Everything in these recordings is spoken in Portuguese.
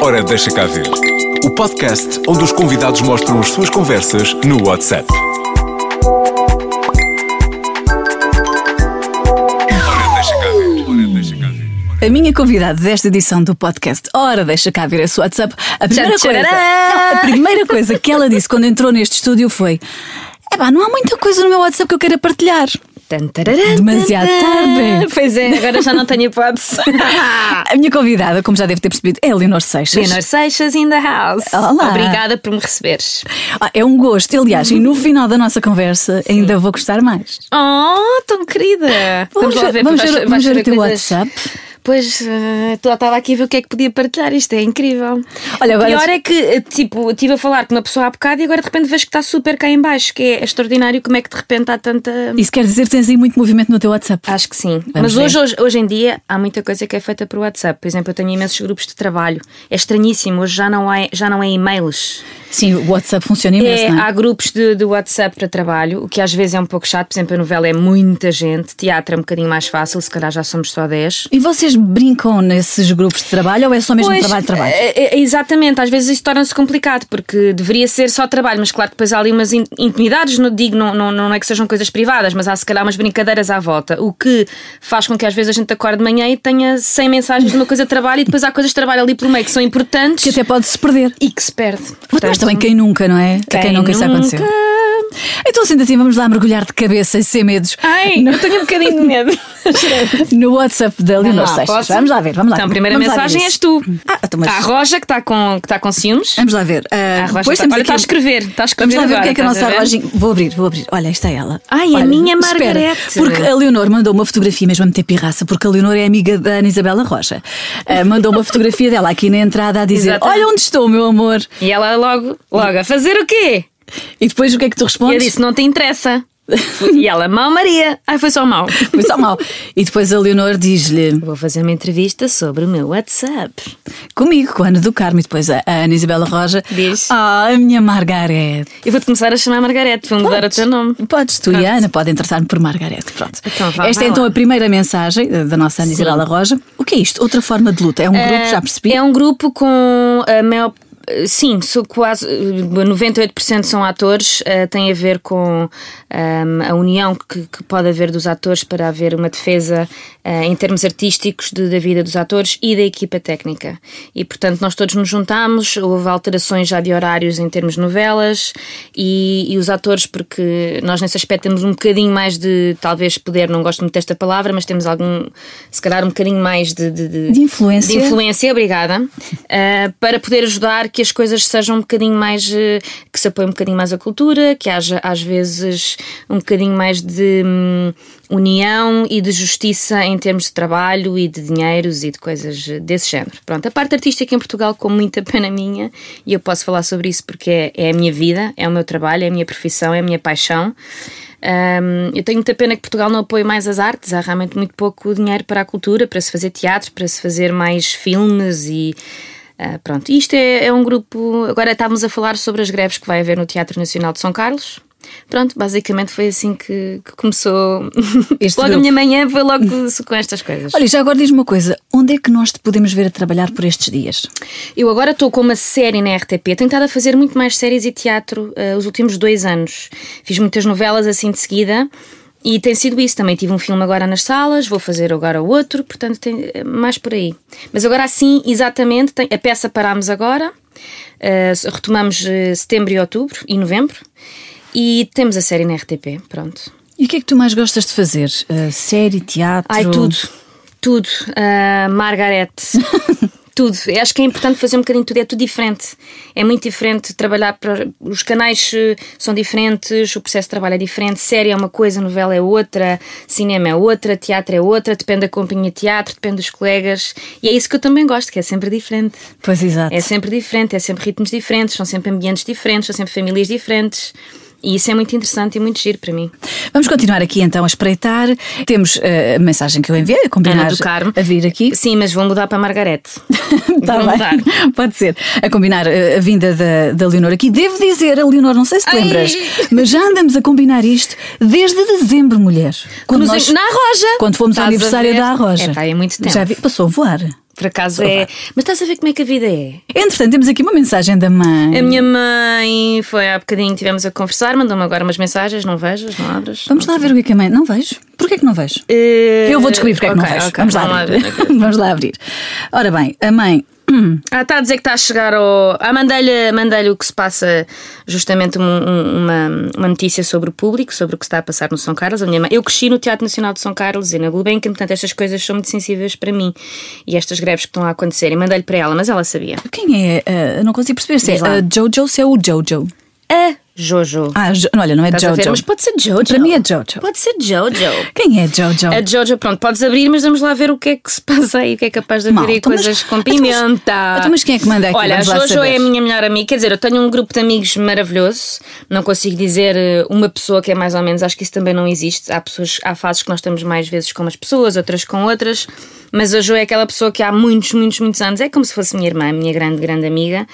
Ora, deixa cá ver. O podcast onde os convidados mostram as suas conversas no WhatsApp. Ora, deixa cá ver. Ora, deixa cá ver. A minha convidada desta edição do podcast Ora, deixa cá ver esse WhatsApp. A primeira, coisa, tcharará! Não, a primeira coisa que ela disse quando entrou neste estúdio foi: É pá, não há muita coisa no meu WhatsApp que eu queira partilhar. Demasiado tarde. Pois é, agora já não tenho hipótese. A minha convidada, como já deve ter percebido, é a Leonor Seixas. Ah. Leonor Seixas in the house. Olá. Obrigada por me receberes. Ah, é um gosto, aliás, e no final da nossa conversa ainda vou gostar mais. Oh, tão querida. Vamos lá ver- ver, vamos vais- ver- vais vamos ver o teu coisas. WhatsApp. Pois, eh, tu estava aqui a ver o que é que podia partilhar, isto é incrível. Olha, o agora- pior é que, eh, tipo, eu estive a falar com uma pessoa há bocado e agora de repente vejo que está super cá em baixo, que é extraordinário como é que de repente há tanta... Isso quer dizer que tens aí muito movimento no teu WhatsApp. Acho que sim. Vamos Mas hoje, hoje, hoje em dia há muita coisa que é feita por WhatsApp. Por exemplo, eu tenho imensos grupos de trabalho. É estranhíssimo, hoje já não há, já não é e-mails. Sim, o WhatsApp funciona imenso, É, não é? há grupos de, de WhatsApp para trabalho, o que às vezes é um pouco chato. Por exemplo, a novela é muita gente, teatro é um bocadinho mais fácil, se calhar já somos só 10. E vocês brincam nesses grupos de trabalho ou é só mesmo Pois, trabalho, trabalho? é- é- exatamente, às vezes isso torna-se complicado porque deveria ser só trabalho, mas claro, depois há ali umas in- intimidades, não digo, não, não, não é que sejam coisas privadas, mas há se calhar umas brincadeiras à volta, o que faz com que às vezes a gente acorde de manhã e tenha 100 mensagens de uma coisa de trabalho e depois há coisas de trabalho ali pelo meio que são importantes Que até pode-se perder. e que se perde. Mas também quem nunca, não é? A quem nunca isso aconteceu. Então, sendo assim, vamos lá mergulhar de cabeça e sem medos Ai, eu tenho um bocadinho de medo. no WhatsApp da Leonor Vamos lá, Seixas. posso? Vamos lá ver, vamos lá. Então, a primeira Vamos lá ver mensagem isso. és tu. Tá, Ah, então, mas- Há a Roja que está com, que tá com ciúmes. Vamos lá ver. Ah, A Roja pois está- temos tá, olha, aqui- está a escrever, está a escrever Vamos lá ver o que é agora, que a estás nossa a ver? Rojinha. Vou abrir, vou abrir. Olha, esta é ela. Ai, a Olha, minha espera, Margarete. Porque a Leonor mandou uma fotografia, mesmo a meter pirraça, porque a Leonor é amiga da Ana Isabela Rocha. Ah, mandou uma fotografia dela aqui na entrada a dizer: Exatamente. Olha onde estou, meu amor. E ela logo, logo, a fazer o quê? E depois o que é que tu E respondes? eu disse, não te interessa. E ela, mal Maria. Ai, foi só mal. Foi só mal. E depois a Leonor diz-lhe: Vou fazer uma entrevista sobre o meu WhatsApp. Comigo, com a Ana do Carmo e depois a a Ana Isabela Roja. Diz. Ah, a minha Margarete. Eu vou-te começar a chamar Margarete, vou mudar o teu nome. Podes, tu e a Pronto. Ana podem tratar-me por Margarete. Pronto. Então vá, Esta é vai então lá. a primeira mensagem eh, da nossa Ana Sim. Isabela Roja. O que é isto? Outra forma de luta. É um grupo, Eh, já percebi. É um grupo com a maior. eh, Sim, sou quase eh, 98% são atores, eh, tem a ver com ehm, a união que, que pode haver dos atores para haver uma defesa eh, em termos artísticos de- da vida dos atores e da equipa técnica. E portanto nós todos nos juntámos, houve alterações já de horários em termos de novelas e, e os atores, porque nós nesse aspecto temos um bocadinho mais de talvez poder, não gosto muito desta palavra, mas temos algum, se calhar um bocadinho mais de- de- de De influência. de influência, obrigada. uh, para poder ajudar que as coisas sejam um bocadinho mais. uh, que se apoie um bocadinho mais a cultura, que haja às vezes um bocadinho mais de hum, união e de justiça em termos de trabalho e de dinheiros e de coisas desse género. Pronto, a parte artística em Portugal, com muita pena minha, e eu posso falar sobre isso porque é, é a minha vida, é o meu trabalho, é a minha profissão, é a minha paixão. Hum, eu tenho muita pena que Portugal não apoie mais as artes. Há realmente muito pouco dinheiro para a cultura, para se fazer teatro, para se fazer mais filmes e. ah, pronto, isto é, é um grupo. Agora estávamos a falar sobre as greves que vai haver no Teatro Nacional de São Carlos. Pronto, basicamente foi assim que, que começou. Este logo grupo. a minha manhã foi logo com estas coisas. Olha, já agora diz-me uma coisa: onde é que nós te podemos ver a trabalhar por estes dias? Eu agora estou com uma série na RTP. Tenho estado a fazer muito mais séries e teatro eh, os últimos dois anos. Fiz muitas novelas assim de seguida e tem sido isso. Também tive um filme agora nas salas, vou fazer agora outro, portanto, tem eh, mais por aí. Mas agora sim, exatamente, tem- a peça parámos agora. eh, retomamos eh, setembro e outubro e novembro. E temos a série na RTP, pronto. E o que é que tu mais gostas de fazer? Ah, série, teatro? Ai, tudo, tudo. Ah, Margaret. tudo. Eu acho que é importante fazer um bocadinho de tudo. É tudo diferente. É muito diferente trabalhar para. Os canais eh, são diferentes, o processo de trabalho é diferente, série é uma coisa, novela é outra, cinema é outra, teatro é outra, depende da companhia de teatro, depende dos colegas. E é isso que eu também gosto, que é sempre diferente. Pois exato. É sempre diferente, é sempre ritmos diferentes, são sempre ambientes diferentes, são sempre famílias diferentes. E isso é muito interessante e muito giro para mim. Vamos continuar aqui então a espreitar. Temos ah, a mensagem que eu enviei, a combinar Ana do Carmo. a vir aqui. Sim, mas vou mudar para Margarete. Tá Vou mudar. bem. Pode ser. A combinar eh, a vinda da, da Leonor aqui. Devo dizer, a Leonor, não sei se te Ai. lembras, mas já andamos a combinar isto desde dezembro, mulher. Nos- na Roja. Quando fomos ao Estás a aniversário ver? da Roja. É, pá, é muito tempo. Já vi, passou a voar. Por acaso é. Mas estás a ver como é que a vida é? Entretanto, temos aqui uma mensagem da mãe. A minha mãe foi há bocadinho, tivemos a conversar, mandou-me agora umas mensagens, não vejas, não abras. Vamos lá ver o que é que a mãe. Não vejo. Porquê que não vejo? Eh, Eu vou descobrir porque é que ok, não vejo. ok, Vamos lá abrir. é Vamos lá abrir. Ora bem, a mãe. Ah, está a dizer que está a chegar ao. Ah, mandei-lhe mandei o que se passa, justamente um- um- uma, uma notícia sobre o público, sobre o que se está a passar no São Carlos. A minha mãe- Eu cresci no Teatro Nacional de São Carlos e na Gulbenkian, portanto, estas coisas são muito sensíveis para mim e estas greves que estão a acontecer. E mandei-lhe para ela, mas ela sabia. Quem é? eh, eu não consigo perceber se é Diz lá. a Jojo ou se é o Jojo. A Jojo. Ah, Jo- não, olha, não é Estás a ver? Jojo. Mas pode ser Jojo. Para mim é Jojo. Pode ser Jojo. Quem é Jojo? A Jojo, pronto, podes abrir, mas vamos lá ver o que é que se passa aí, o que é capaz de haver Malta, aí coisas mas- com então, mas- pimenta. então, mas quem é que manda aqui? Olha, Vamos a lá Jojo saber. é a minha melhor amiga, quer dizer, eu tenho um grupo de amigos maravilhoso, não consigo dizer eh, uma pessoa que é mais ou menos, acho que isso também não existe. Há pessoas, há fases que nós estamos mais vezes com umas pessoas, outras com outras, mas a Jo é aquela pessoa que há muitos, muitos, muitos anos, é como se fosse minha irmã, minha grande, grande amiga,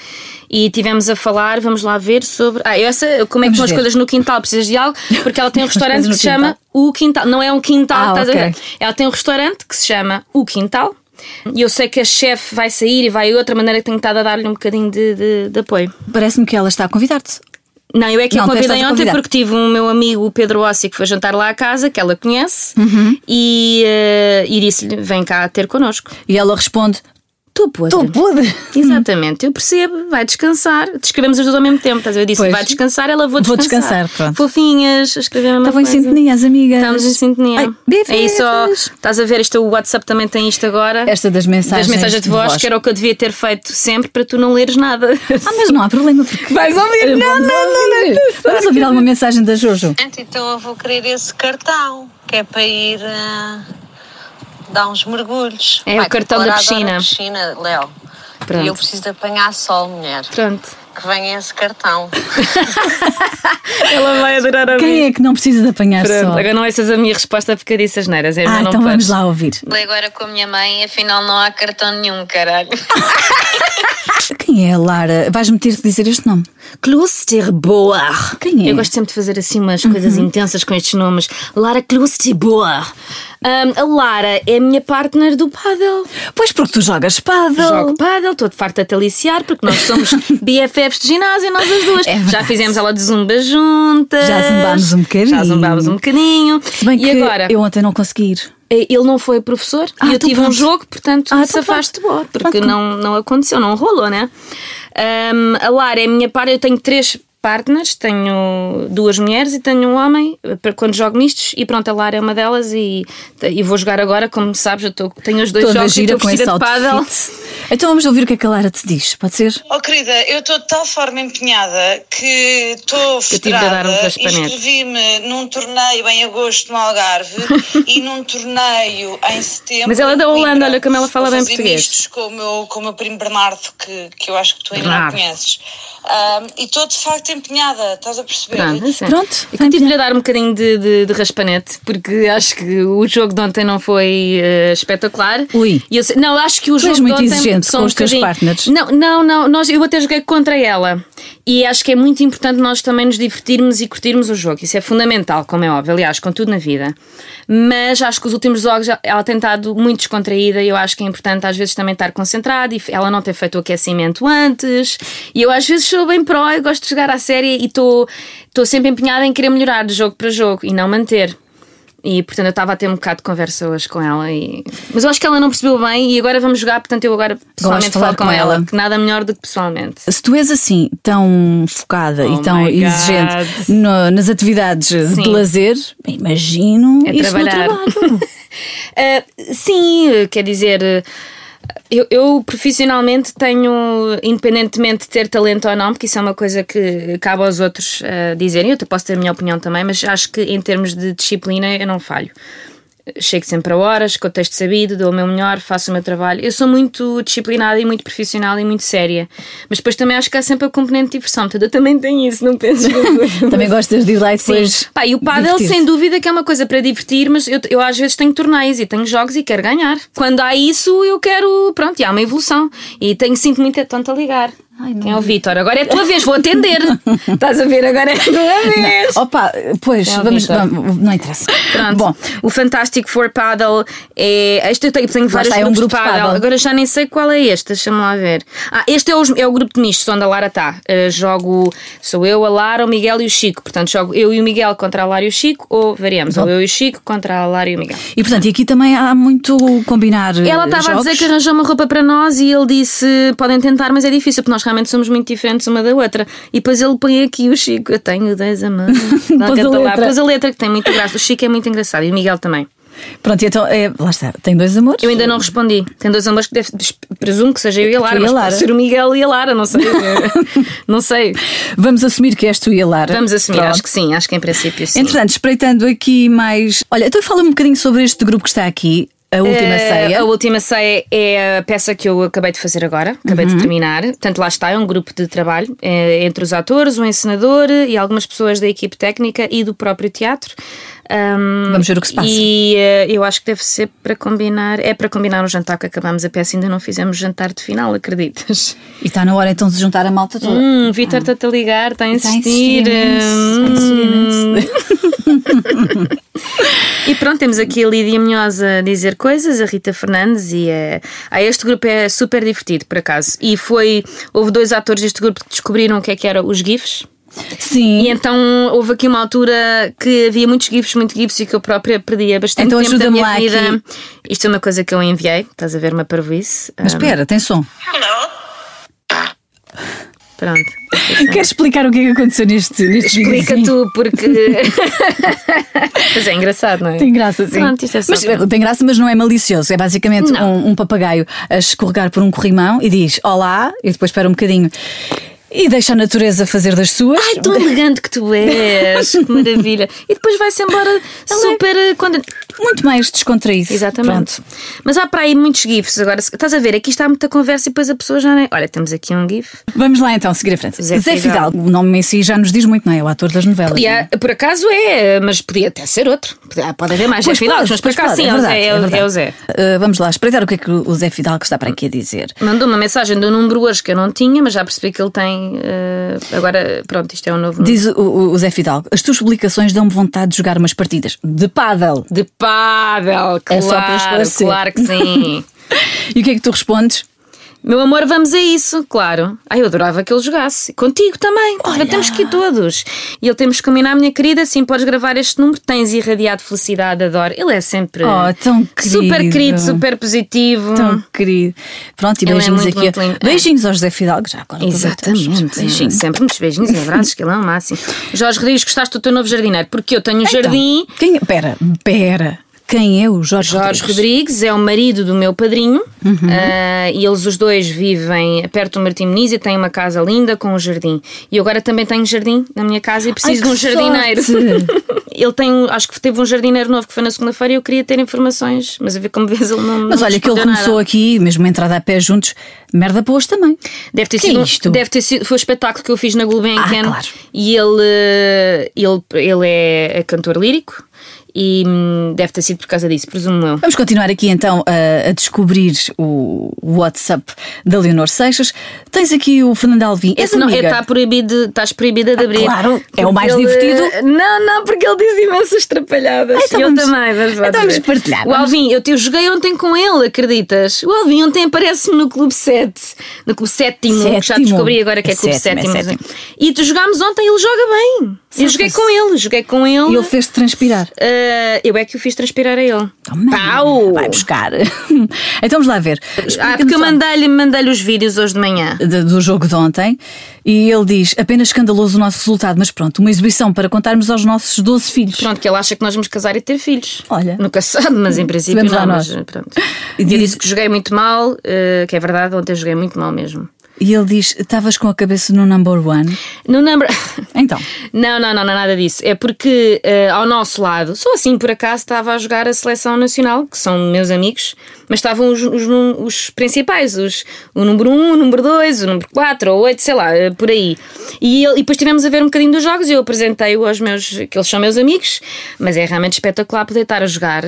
e tivemos a falar, vamos lá ver sobre. Ah, essa, como é Vamos que são as ver. coisas no quintal? Precisas de algo? Porque ela tem um restaurante Coisas no que se chama quintal. O Quintal, não é um quintal. Ah, Estás a ok. ver? Ela tem um restaurante que se chama O Quintal e eu sei que a chefe vai sair e vai de outra maneira que tenho estado a dar-lhe um bocadinho de, de- de apoio. Parece-me que ela está a convidar-te. Não, eu é que Não, a tu és convidei estás a ontem convidar. porque tive o meu amigo o Pedro Ossi que foi jantar lá à casa, que ela conhece, Uhum. e, eh, e disse-lhe: vem cá ter connosco. E ela responde: Tu podre. Estou podre. Tá Exatamente, eu percebo, vai descansar. Descrevemos as duas ao mesmo tempo, estás a ver? Eu disse: Pois. vai descansar, ela vou Vou descansar. descansar, pronto. Tá Fofinhas, escrevemos uma Estavam em coisa. sintonia, as amigas. Estamos em sintonia. Ai, é isso, ó. BFFs. estás a ver, isto, o WhatsApp também tem isto agora. Esta das mensagens Das mensagens de voz, que era o que eu devia ter feito sempre para tu não leres nada. Ah, mas não há problema, porque. Vais ouvir? Não, Vamos ouvir. Vamos ouvir alguma mensagem da Jojo. Gente, Então eu vou querer esse cartão, que é para ir ah, dar uns mergulhos. É o que cartão da Clara adora piscina. piscina, Léo. Pronto. E eu preciso de apanhar sol, mulher. Pronto. Que venha esse cartão. Ela vai adorar ouvir. Quem é que não precisa de apanhar Pronto, sol? agora não essas a minha resposta porque eu disse as neiras. É, Ah, mas não então vamos podes. lá ouvir. Falei agora com a minha mãe e afinal não há cartão nenhum, caralho. Quem é a Lara? Vais-me ter de dizer este nome. Clusterboer. Quem é? Uhum. Eu gosto sempre de fazer assim umas coisas intensas com estes nomes. Lara Clusterboer. Ahm, a Lara é a minha partner do paddle. Pois porque tu jogas espada. Jogo paddle, estou de farta de taliciar porque nós somos BFFs de ginásio, nós as duas. É verdade. já fizemos aula de zumba juntas. Já zumbámos um bocadinho. Já zumbámos um bocadinho. Se bem e que agora, eu ontem não consegui ir. ele não foi professor Ah, e eu então tive um pronto. jogo, portanto, Ah, ah, então se afaste pronto. boa, porque Pronto. não, não aconteceu, não rolou, né? Ahm, a Lara é a minha par, eu tenho três partners, tenho duas mulheres e tenho um homem, para quando jogo mistos, e pronto, a Lara é uma delas e, e vou jogar agora, como sabes, eu tô- tenho os dois Toda jogos e gira estou com esse vestida de paddle. outfit. Então vamos ouvir o que é que a Lara te diz, pode ser? Oh querida, eu estou de tal forma empenhada que estou Eu tive de dar um federada e raspanete. inscrevi-me num torneio em agosto no Algarve e num torneio em setembro. Mas ela é da em Coimbra. Holanda, olha como ela fala Vou bem fazer português. mistos com o meu, com o meu primo Bernardo, que, que eu acho que tu ainda não Bernardo. conheces. Ahm, e estou de facto empenhada, estás a perceber? Pronto, sim. Pronto, Eu tive de lhe dar um bocadinho de, de- de raspanete, porque acho que o jogo de ontem não foi eh, espetacular. Ui. E eu sei- não, acho que o jogo és de muito ontem exigente só com um os teus bocadinho- partners. Não, não, não. Nós, eu até joguei contra ela. E acho que é muito importante nós também nos divertirmos e curtirmos o jogo. Isso é fundamental, como é óbvio. Aliás, com tudo na vida. Mas acho que os últimos jogos ela tem estado muito descontraída e eu acho que é importante às vezes também estar concentrada e ela não ter feito o aquecimento antes. E eu às vezes sou bem pró, eu gosto de jogar à série e estou estou sempre empenhada em querer melhorar de jogo para jogo e não manter. E portanto eu estava a ter um bocado de conversa hoje com ela e... Mas eu acho que ela não percebeu bem e agora vamos jogar, portanto eu agora pessoalmente de falar falo com, com ela. ela. que nada melhor do que pessoalmente. Se tu és assim, tão focada Oh e tão my God. exigente no- nas atividades de lazer, imagino É isso trabalhar. no trabalho. Uh, sim, uh, quer dizer, uh, eu, eu profissionalmente tenho, independentemente de ter talento ou não, porque isso é uma coisa que cabe aos outros uh, dizerem, eu te- posso ter a minha opinião também, mas acho que em termos de disciplina eu não falho. Chego sempre a horas, com o texto sabido, dou o meu melhor, faço o meu trabalho. Eu sou muito disciplinada e muito profissional e muito séria. Mas depois também acho que há sempre a componente de diversão. Portanto, eu também tenho isso, não penses que eu sou- Também gostas de ir lá e depois. Sim. Pá, e o paddle, divertir-te. sem dúvida, que é uma coisa para divertir, mas eu, eu às vezes tenho torneios e tenho jogos e quero ganhar. Quando há isso, eu quero. Pronto, e há uma evolução. E tenho sinto muito é tonta a ligar. Ai, Quem é o Vítor? Agora é a tua vez, vou atender. Estás a ver? Agora é a tua vez. Opa, pois, É o vamos, Vítor. vamos- Não interessa. Pronto. Bom, o Fantastic Four Paddle é. Este eu tenho, tenho vários está, é um grupos grupo de paddle. Agora já nem sei qual é este, deixa-me lá ver. Ah, este é o, é o grupo de mistos onde a Lara está. Uh, jogo. Sou eu, a Lara, o Miguel e o Chico. Portanto, jogo eu e o Miguel contra a Lara e o Chico, ou variamos, ou eu e o Chico contra a Lara e o Miguel. e portanto, e aqui também há muito combinar. eh, Ela estava a jogos. dizer que arranjou uma roupa para nós e ele disse: podem tentar, mas é difícil, porque nós realmente somos muito diferentes uma da outra. E depois ele põe aqui o Chico: eu tenho 10 a mão. Dá Pôs a canta lá. letra. Pôs a letra que tem muita graça. O Chico é muito engraçado e o Miguel também. Pronto, e então, é, lá está, tem dois amores. Eu ainda não respondi. Tem dois amores que deve, presumo que seja eu e a Tu Lara, e a mas Lara. pode ser o Miguel e a Lara, não sei. não sei. Vamos assumir que és tu e a Lara. Vamos assumir, Pronto. acho que sim, acho que em princípio sim. Entretanto, espreitando aqui mais. Olha, então fala-me um bocadinho sobre este grupo que está aqui, a última Eh, ceia. A última ceia é a peça que eu acabei de fazer agora, acabei Uhum. de terminar. Portanto, lá está, é um grupo de trabalho eh, entre os atores, o encenador e algumas pessoas da equipe técnica e do próprio teatro. Ahm, Vamos ver o que se passa. E eh, eu acho que deve ser para combinar. É para combinar um jantar que acabamos a peça, ainda não fizemos jantar de final, acreditas? E está na hora então de juntar a malta toda. Hum, Vitor está-te a ligar, está a Está a insistir. hum. imenso, está a insistir imenso. E pronto, temos aqui a Lídia Minhosa a dizer coisas, a Rita Fernandes e a... Ah, este grupo é super divertido, por acaso. E foi. Houve dois atores deste grupo que descobriram o que é que eram os GIFs. E Sim. então houve aqui uma altura que havia muitos GIFs, muito GIFs e que eu própria perdia bastante Então tempo da ajuda-me minha lá vida. aqui. Isto é uma coisa que eu enviei, estás a ver uma parvoíce. Mas Ah, espera, tem som. Pronto. Queres explicar o que é que aconteceu neste, neste Explica videozinho? tu, porque. Mas é engraçado, não é? Tem graça, sim. Pronto, isto é só mas, para- tem graça, mas não é malicioso. É basicamente um, um papagaio a escorregar por um corrimão e diz olá, e depois espera um bocadinho e deixa a natureza fazer das suas. Ai, tão elegante que tu és, que maravilha. E depois vai-se embora é super. eh, Quando... Muito mais descontraído. Exatamente. Pronto. Mas há para aí muitos GIFs. Agora, se- estás a ver, aqui está muita conversa e depois a pessoa já nem. Olha, temos aqui um GIF. Vamos lá então, seguir a frente. Zé Fidalgo. Fidalgo, o nome em si já nos diz muito, não é? É O ator das novelas. E há- por acaso é, mas podia até ser outro. Ah, Pode haver mais Zé Pois Fidalgo, pode, mas por pois acaso pode, sim, é, o verdade, Zé, é, o- verdade. é o Zé. Uh, vamos lá, espreitar o que é que o Zé Fidalgo está para aqui a dizer. Mandou uma mensagem do número hoje que eu não tinha, mas já percebi que ele tem. eh, agora, pronto, isto é um novo. número. Diz o, o- o Zé Fidalgo: As tuas publicações dão-me vontade de jogar umas partidas de pádel. De pádel, claro, É só para esclarecer. claro que sim. E o que é que tu respondes? Meu amor, vamos a isso, claro. Ai, eu adorava que ele jogasse. Contigo também. Olha. Temos que ir todos. E ele temos que combinar, minha querida, sim, podes gravar este número. Tens irradiado felicidade, adoro. Ele é sempre Oh, tão querido. super querido, super positivo. Tão Então, querido. Pronto, e Hum. Ele é beijinhos muito, aqui. muito lindo. Beijinhos ao José Fidalgo, já agora. aproveitamos. Exatamente, Beijinhos. Então, sempre muitos beijinhos e abraços, que ele é o máximo. Jorge Rodrigues, gostaste do teu novo jardineiro? Porque eu tenho um Então. jardim. Quem, pera, pera. Quem é o Jorge, Jorge Rodrigues é o marido do meu padrinho Uhum. ah, e eles os dois vivem perto do Martim Muniz e têm uma casa linda com um jardim. E eu agora também tenho jardim na minha casa e Ai, preciso de um que jardineiro. sorte! ele tem, um- acho que teve um jardineiro novo que foi na segunda-feira e eu queria ter informações, mas a ver como vês ele não. Mas não olha, que ele respondeu nada. começou aqui, mesmo a entrada a pé juntos, merda para hoje também. Deve ter Que sido. é um- isto? Deve ter sido. Foi o espetáculo que eu fiz na Gulbenkian. Ah, claro. E ele, ele, ele é cantor lírico e hum, deve ter sido por causa disso, presumo eu. Vamos continuar aqui então a, a descobrir o WhatsApp da Leonor Seixas. Tens aqui o Fernando Alvim. És Esse tá não, amiga? está proibido, estás proibida de abrir. claro, é o Porque mais ele- eh, divertido. Não, não, porque ele diz imensas trapalhadas. então eu vamos- também, mas vai então vamos ver. partilhar, O vamos- Alvin, eu, te- eu joguei ontem com ele, acreditas? O Alvin ontem aparece-me no Clube 7, no Clube Sétimo, que já Sétimo. descobri agora que é, É Clube sétimo, é Sétimo. sétimo. E tu jogámos ontem, ele joga bem. Eu joguei com ele, joguei com ele. E ele fez-te transpirar. Ah, eu é que o fiz transpirar a ele. Toma, Pau! Vai buscar. então vamos lá ver. Ah, Explica-me porque eu só mandei-lhe mandei os vídeos hoje de manhã. de- Do jogo de ontem, e ele diz apenas escandaloso o nosso resultado, mas pronto, uma exibição para contarmos aos nossos 12 filhos. Pronto, que ele acha que nós vamos casar e ter filhos. Olha. Nunca sabe, mas em princípio Sabemos lá não. Mas, nós. pronto. E Eu diz- disse que joguei muito mal, eh, que é verdade, ontem joguei muito mal mesmo. E ele diz: Estavas com a cabeça no number one. No number. Então, Não, não, não, não, nada disso. É porque eh, ao nosso lado, só assim por acaso estava a jogar a seleção nacional, que são meus amigos, mas estavam os, os num- os principais, os, o número 1, o número 2, o número 4 ou 8, sei lá, eh, por aí. E, ele- e depois estivemos a ver um bocadinho dos jogos e eu apresentei-o aos meus, que eles são meus amigos, mas é realmente espetacular poder estar a jogar.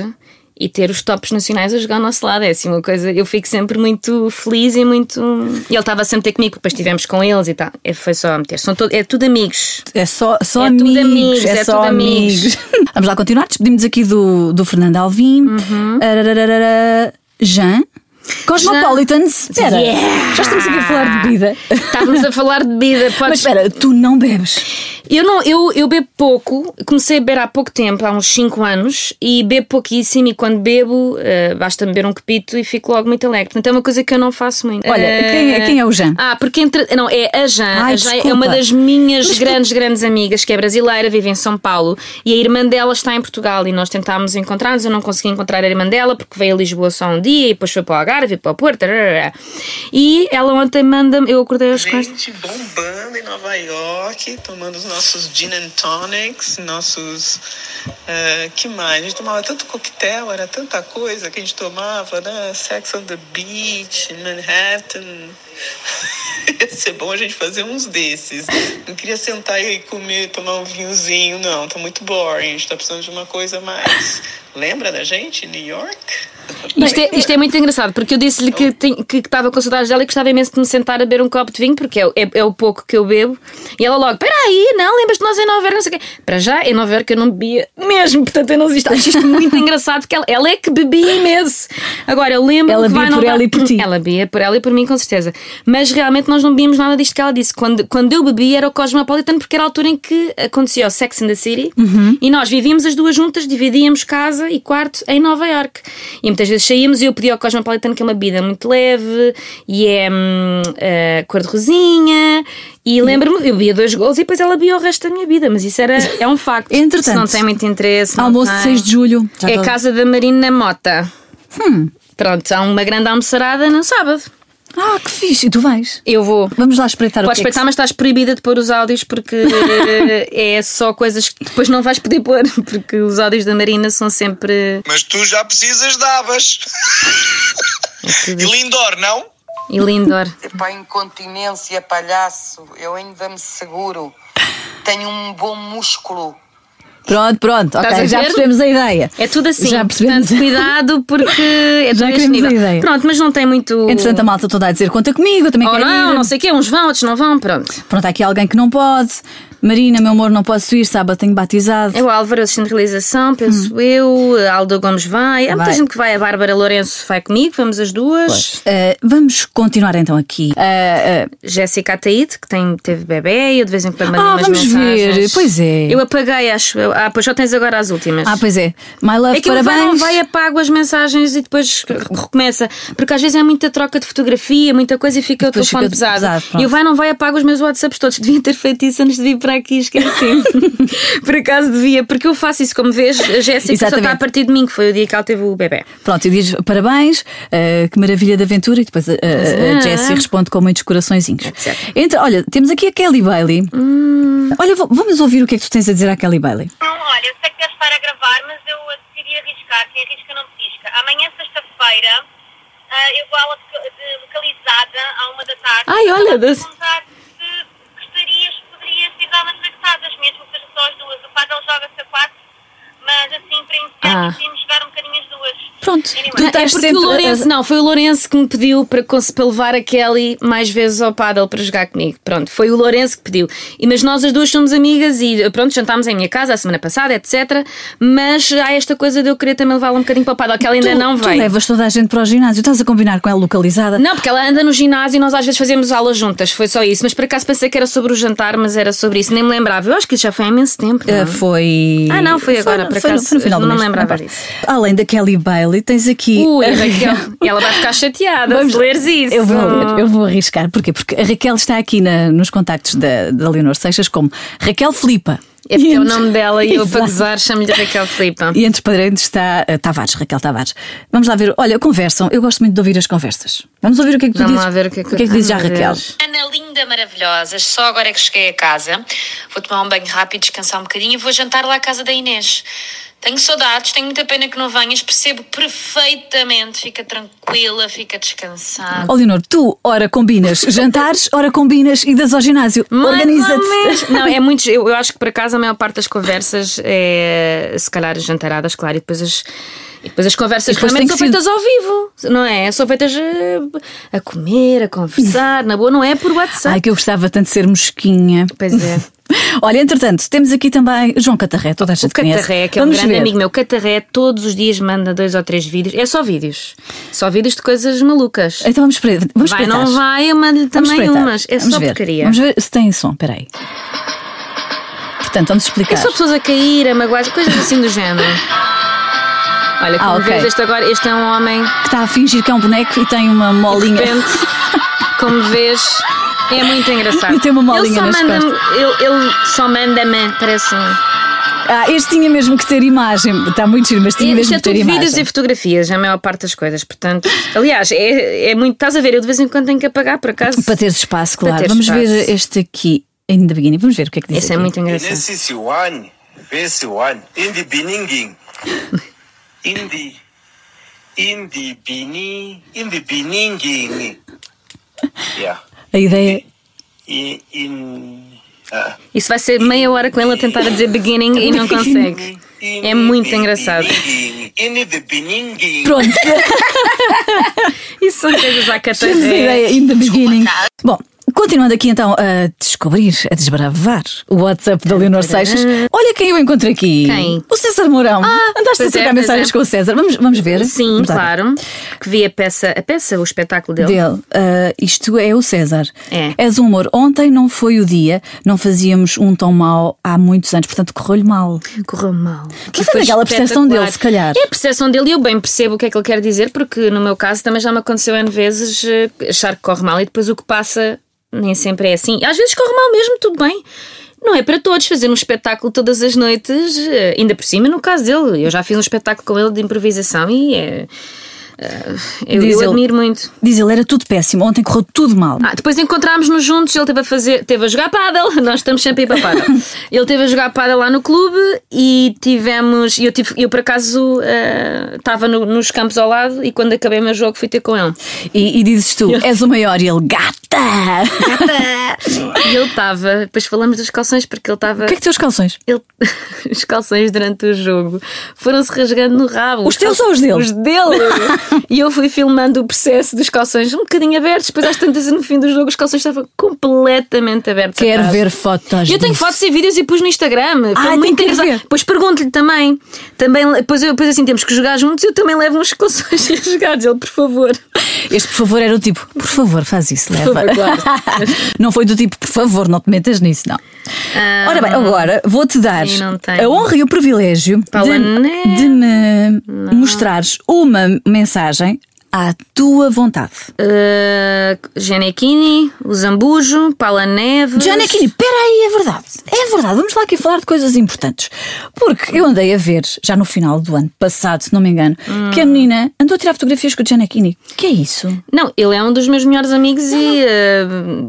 e ter os tops nacionais a jogar ao nosso lado. É assim uma coisa, eu fico sempre muito feliz e muito. E ele estava sempre a ter comigo, depois estivemos com eles e tal. É, foi só a meter. São todo, é tudo amigos. É só, só É tudo amigos, amigos, É, é só tudo amigos. amigos. Vamos lá continuar. Despedimos aqui do, do Fernando Alvim. Uhum. Arararara, Jean. Cosmopolitans. Espera. Yeah! Tá Já estamos aqui a falar de bebida. Estávamos a falar de bebida. Mas Podes... espera, tu não bebes. Eu, não, eu, eu bebo pouco, comecei a beber há pouco tempo, há uns 5 anos, e bebo pouquíssimo. E quando bebo, eh, basta-me beber um copito e fico logo muito alegre. Portanto, é uma coisa que eu não faço muito. Olha, Eh, quem é- quem é o Jean? Ah, porque entre. Não, é a Jan. Ai, a Jan desculpa. é uma das minhas grandes, grandes amigas, que é brasileira, vive em São Paulo, e a irmã dela está em Portugal. E nós tentámos encontrar-nos, eu não consegui encontrar a irmã dela, porque veio a Lisboa só um dia, e depois foi para o Algarve, para o Porto. tararara. E ela ontem manda-me. Eu acordei às quatro. Gente bombando em Nova York, tomando os nossos gin and tonics, nossos. ah, que mais? A gente tomava tanto coquetel, era tanta coisa que a gente tomava, né? Sex on the Beach, Manhattan. Ia ser bom a gente fazer uns desses. Não queria sentar e comer, tomar um vinhozinho, não. Tá muito boring. A gente tá precisando de uma coisa mais. Lembra da gente, New York? Isto é, isto é muito engraçado, porque eu disse-lhe que tem- que estava com saudades dela e gostava imenso de me sentar a beber um copo de vinho, porque é, o- é- é o pouco que eu bebo. E ela logo, peraí, não, lembras de nós em Nova Iorque, não sei o quê. Para já, em Nova Iorque eu não bebia mesmo, portanto eu não existo. Acho isto muito engraçado, porque ela, ela é que bebia imenso. Agora, eu lembro Ela que vai bebia por Nova- ela e por ti. Ela bebia por ela e por mim, com certeza. Mas realmente nós não bebíamos nada disto que ela disse. Quando, quando eu bebia era o Cosmopolitan, porque era a altura em que acontecia o Sex in the City Uhum. e nós vivíamos as duas juntas, dividíamos casa e quarto em Nova York. E muitas vezes saímos e eu pedia ao Cosmopolitan, que é uma bebida muito leve e é hum, eh, cor de rosinha. E lembro-me, eu bebia dois gols e depois ela bebia o resto da minha vida, mas isso era, é um facto. Entretanto, Se não tem muito interesse. não Almoço de tem. 6 de julho. Hum. Já tá- É a tô- casa da Marina Mota. Pronto, há uma grande almoçarada no sábado. Ah, que fixe. E tu vais? Eu vou. Vamos lá espreitar Podes o que é que espreitar, mas estás proibida de pôr os áudios porque eh, é só coisas que depois não vais poder pôr, porque os áudios da Marina são sempre. Mas tu já precisas de abas. e Lindor, não? E Lindor. Epá, incontinência, palhaço, eu ainda me seguro. Tenho um bom músculo. Pronto, pronto. Estás ok, a já ver? percebemos a ideia. É tudo assim. Já percebemos. Portanto, cuidado porque é Já tudo queremos este nível. a ideia. Pronto, mas não tem muito. Entretanto, a malta toda a dizer conta comigo, eu também Ou quero Oh, não, ir. não sei o quê, uns vão, outros não vão, pronto. Pronto, há aqui alguém que não pode. Marina, meu amor, não posso ir, sábado tenho batizado. É o Álvaro assistente de realização, penso eu, a Aldo Gomes vai, há muita Hum. Vai. gente que vai, a Bárbara Lourenço vai comigo, vamos as duas. Ah, vamos continuar então aqui. Ah, ah, Jéssica Ataíde, que tem, teve bebê, e eu de vez em quando mando Ah, umas vamos mensagens. ver, pois é. Eu apaguei, acho eu. Ah, pois só tens agora as últimas. ah, pois é. My love, É que eu vai, não parabéns. vai, apago as mensagens e depois recomeça. Porque às vezes é muita troca de fotografia, muita coisa e fica o Depois telefone fica pesado. pesado, pronto. e eu vai, não vai, apago os meus WhatsApps todos. Devia ter feito isso antes de vir para aqui, esqueci. Por acaso devia, porque eu faço isso, como vês, a Jéssica só Exatamente. está a partir de mim, que foi o dia que ela teve o bebê. Pronto, e diz parabéns, ah, que maravilha de aventura. E depois ah, ah, a é. Jessie responde com muitos coraçõezinhos. Etc. Então, olha, temos aqui a Kelly Bailey. Hum. Olha, vo- vamos ouvir o que é que tu tens a dizer à Kelly Bailey. Não, olha, eu sei que deve estar a gravar, mas eu decidi arriscar. Quem arrisca não pisca. Amanhã, sexta-feira, ah, eu vou à aula de, de localizada à uma da tarde. Ai, olha, Estava a das- perguntar se gostarias, poderias ir dar umas laxadas, mesmo que seja só as duas. O padre ele joga-se a quatro, mas assim, para iniciar, Ah. podíamos jogar um bocadinho as duas. Pronto, Anyway. tu É estás porque sempre. o Lourenço, a- não, foi o Lourenço que me pediu para, cons- para levar a Kelly mais vezes ao paddle para jogar comigo. Pronto, foi o Lourenço que pediu. E, mas nós as duas somos amigas e pronto, jantámos em minha casa a semana passada, etc. Mas há esta coisa de eu querer também levá-la um bocadinho para o paddle, que ela ainda tu, não tu vai. levas toda a gente para o ginásio, estás a combinar com ela localizada. Não, porque ela anda no ginásio e nós às vezes fazemos aulas juntas, foi só isso. Mas por acaso pensei que era sobre o jantar, mas era sobre isso, nem me lembrava. Eu acho que isso já foi há imenso tempo. não é? Ah, foi. Ah, não, foi agora, no- por foi no- acaso, foi no final do não mês, me lembrava não importa. Além da Kelly Bailey, tens aqui. Ui, a a Raquel, ela vai ficar chateada se leres isso. Eu vou ler, eu vou arriscar. Porquê? Porque a Raquel está aqui na- nos contactos da, da Leonor Seixas como Raquel Flipa. É porque E é o entre- nome dela e eu, Exato. para gozar, chamo-lhe Raquel Flipa. E entre parentes está eh, Tavares, Raquel Tavares. Vamos lá ver. Olha, conversam. Eu gosto muito de ouvir as conversas. Vamos ouvir o que é que tu Vamos dizes. lá ver o que é que- dizes já, Ai, meu Raquel. Deus. Ana linda, maravilhosa, só agora é que cheguei a casa. Vou tomar um banho rápido, descansar um bocadinho e vou jantar lá à casa da Inês. Tenho saudades, tenho muita pena que não venhas, percebo perfeitamente. Fica tranquila, fica descansada. Ah. Ó, Leonor, tu, ora combinas jantares, ora combinas idas ao ginásio. Mais ou Organiza-te. menos. Não, é muito. Eu, eu acho que por acaso a maior parte das conversas é se calhar as jantaradas, claro, e depois as. E depois as E conversas depois realmente tem são que feitas ao vivo, não é? São feitas eh, a comer, a conversar, na boa, não é por WhatsApp. Ai, que eu gostava tanto de ser mosquinha. Pois é. Olha, entretanto, temos aqui também João Catarré, toda a gente O Catarré, conhece. que é um Vamos grande ver. amigo meu, Catarré todos os dias manda dois ou três vídeos. É só vídeos. Só vídeos de coisas malucas. Então vamos, pre- vamos vai, espreitar. não vai, eu mando-lhe Vamos também espreitar. umas. É Vamos só ver. porcaria. Vamos ver se tem som, peraí. Portanto, vamos É explicar. só pessoas a cair, a magoar, coisas assim do género. Olha, como Ah, ok. vês este agora, este é um homem, Que está a fingir que é um boneco e tem uma de molinha. repente, como vês, é muito engraçado. E tem uma molinha ele só nas manda-me, ele, ele só manda-me, parece um. Ah, este tinha mesmo que ter imagem. Está muito giro, mas tinha Isto mesmo é que ter tudo imagem. vídeos e fotografias, a maior parte das coisas, portanto. Aliás, é, é muito. Estás a ver, eu de vez em quando tenho que apagar, por acaso. Para ter espaço, Para claro. ter vamos espaço. ver este aqui, in the beginning. Vamos ver o que é que diz. Esse é aqui. muito engraçado. This is one, verse one. In the beginning, in the in the beginning, in the beginning. Yeah, A ideia. in in. Uh, Isso vai ser meia hora com ele a tentar dizer beginning e não consegue. in É muito the engraçado. beginning, In the beginning. Pronto, Isso são coisas à É, temos a catarina. ideia, in the beginning. Bom. Continuando aqui então a descobrir, a desbravar o WhatsApp da Leonor Seixas, olha quem eu encontro aqui. é. Quem? O César Mourão. Andaste a pois é, trocar pois mensagens é. com o César. Vamos, vamos ver. Sim, Vamos lá ver. claro. Que vi a peça, a peça, o espetáculo dele. Dele. Ah, isto é o César. É. És um humor. Ontem não foi o dia, não fazíamos um tão mau há muitos anos, portanto correu-lhe mal. Correu mal. Que Mas é foi daquela percepção espetacular. dele, se calhar. É a percepção dele e eu bem percebo o que é que ele quer dizer, porque no meu caso também já me aconteceu N vezes eh, achar que corre mal e depois o que passa nem sempre é assim. Às vezes corre mal mesmo, tudo bem. Não é para todos fazer um espetáculo todas as noites, eh, ainda por cima no caso dele. Eu já fiz um espetáculo com ele de improvisação e é. eh, Eu, Diz eu ele. admiro muito. Diz ele, era tudo péssimo, ontem correu tudo mal. Ah, depois encontrámos-nos juntos, ele teve a, fazer, teve a jogar pádel, nós estamos sempre a ir para pádel. ele teve a jogar pádel lá no clube e tivemos, e eu, tive, eu por acaso eh, estava no- nos campos ao lado e quando acabei o meu jogo fui ter com ele. E, e dizes tu, és o maior, e ele, gata! e ele estava, depois falamos dos calções porque ele estava... O que é que teus calções? ele- os calções durante o jogo foram-se rasgando no rabo. Os teus ou os dele? Os dele! e eu fui filmando o processo dos calções um bocadinho abertos, depois às tantas no fim do jogo os calções estavam completamente abertos. Quero atrás. ver fotos. Eu tenho disso. fotos e vídeos e pus no Instagram. Foi Ah, muito tem que ir engraçado. ver. Depois pergunto-lhe também. também depois, eu, depois assim temos que jogar juntos e eu também levo uns calções rasgados. Ele, por favor. Este, por favor, era o tipo, por favor, faz isso, leva. favor, claro. não foi do tipo, por favor, não te metas nisso, não. Ora bem, agora vou-te dar Ah. sim, não tenho. a honra e o privilégio Paula, de, não. de me mostrares uma mensagem à tua vontade. Uh, Gianecchini, o Zambujo, Paula Neves. Janequini, peraí, é verdade. É verdade, vamos lá aqui falar de coisas importantes. Porque eu andei a ver, já no final do ano passado, se não me engano, que a Hum. menina andou a tirar fotografias com o Janequini. Que é isso? Não, ele é um dos meus melhores amigos e.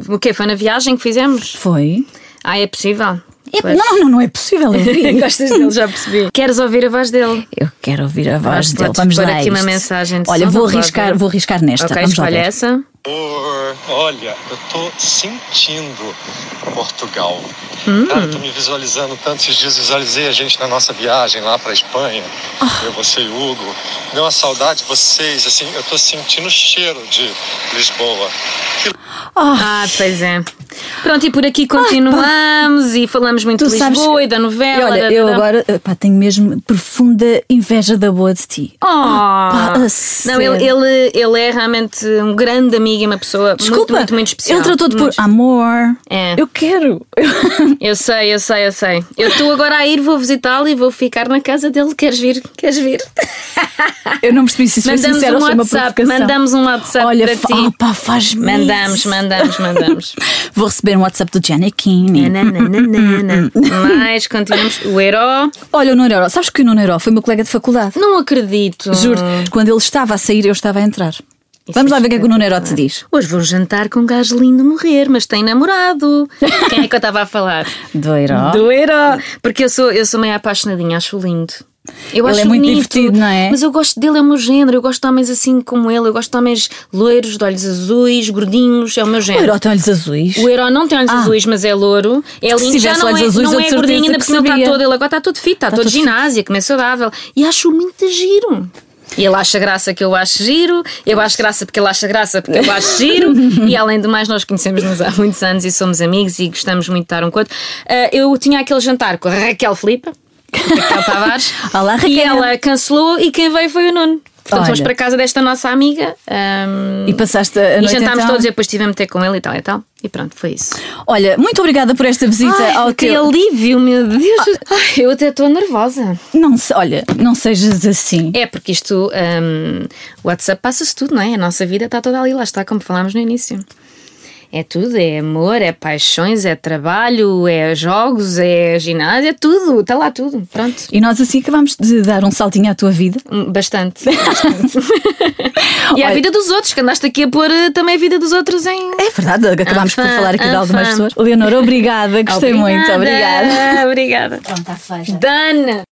uh, o quê? Foi na viagem que fizemos? Foi? Ah, é possível. É- Pois. não, não, não é possível. Eu vi. Gostas dele, já percebi. Queres ouvir a voz dele? Eu quero ouvir a voz Vamos dele. lá, Vamos pôr lá. a aqui uma isto. mensagem de Olha, som, vou vamos lá arriscar, ver. vou arriscar nesta. ok, vamos lá escolhe ver. essa. Oi, Olha, eu tô sentindo Portugal. Cara, eu tô me visualizando tanto. Esses dias visualizei a gente na nossa viagem lá pra Espanha. Eu, você e o Hugo. Deu uma saudade de vocês, assim, eu tô sentindo o cheiro de Lisboa. Ah, pois é. Pronto, e por aqui continuamos e falamos muito Ah, Tu de sabes- Lisboa e da novela. E olha, da- eu da- agora eh, pá, tenho mesmo profunda inveja da boa de ti. Oh, pá, a não, sério. ele, ele, ele é realmente um grande amigo e uma pessoa Desculpa, muito, muito, muito especial. ele tratou-te por Muito. amor. É. Eu quero. Eu sei, eu sei, eu sei. Eu estou agora a ir, vou visitá-lo e vou ficar na casa dele. Queres vir? Queres vir? Eu não percebi se isso foi mandamos sincero um ou se foi uma WhatsApp, provocação. mandamos um WhatsApp Olha, para fa- ti. oh, pá, faz Mandamos, mandamos, mandamos. Vou receber um WhatsApp do Giannichini. Nananana. Mas continuamos. O Heró. Olha, o Nuno Euro. Sabes que o Nuno Euro foi meu colega de faculdade? Não acredito. Juro, quando ele estava a sair, eu estava a entrar. Vamos lá ver o que é que o Nuno Euro te diz. Hoje vou jantar com um gajo lindo morrer, mas tem namorado. Quem é que eu estava a falar? Do Euro. Do herói. Porque eu sou, eu sou meio apaixonadinha, acho lindo. Eu Ele acho é muito bonito, divertido, não é? Mas eu gosto dele, é o meu género. Eu gosto de homens assim como ele. Eu gosto de homens loiros, de olhos azuis, gordinhos. É o meu O género. Euro tem olhos azuis. O herói não tem olhos Ah. azuis, mas é louro. É lindo. Se Já tivesse não olhos é, azuis, eu não de é certeza gordinho, ainda que por cima está sabia. todo. Ele agora está todo fit, está, Está todo todo ginásio, comer saudável. E acho muito giro. E ele acha graça que eu acho giro, eu acho graça porque ele acha graça porque eu acho giro, e além do mais, nós conhecemos-nos há muitos anos e somos amigos e gostamos muito de estar um com o outro. Ah, eu tinha aquele jantar com a Raquel Filipa, Raquel Tavares, Olá, e Raquel. ela cancelou e quem veio foi o Nuno. Portanto, fomos Olha. para casa desta nossa amiga ah, E passaste a e noite jantámos então? todos e depois estive a meter com ele e tal e tal. E pronto, foi isso. Olha, muito obrigada por esta visita ao que teu... alívio, meu Deus. Ai, eu até estou nervosa. Não se... Olha, não sejas assim. É, porque isto, hum, o WhatsApp passa-se tudo, não é? A nossa vida está toda ali, lá está, como falámos no início. É tudo, é amor, é paixões, é trabalho, é jogos, é ginásio, é tudo, está lá tudo, pronto. E nós assim acabamos de dar um saltinho à tua vida. Hum, Bastante. bastante. e é a Olha- vida dos outros, que andaste aqui a pôr eh, também a vida dos outros em. É verdade, acabámos por Anfã, falar aqui de algumas anfã. pessoas. Leonor, obrigada, gostei muito, obrigada. Obrigada. Pronto, está feita. Dana!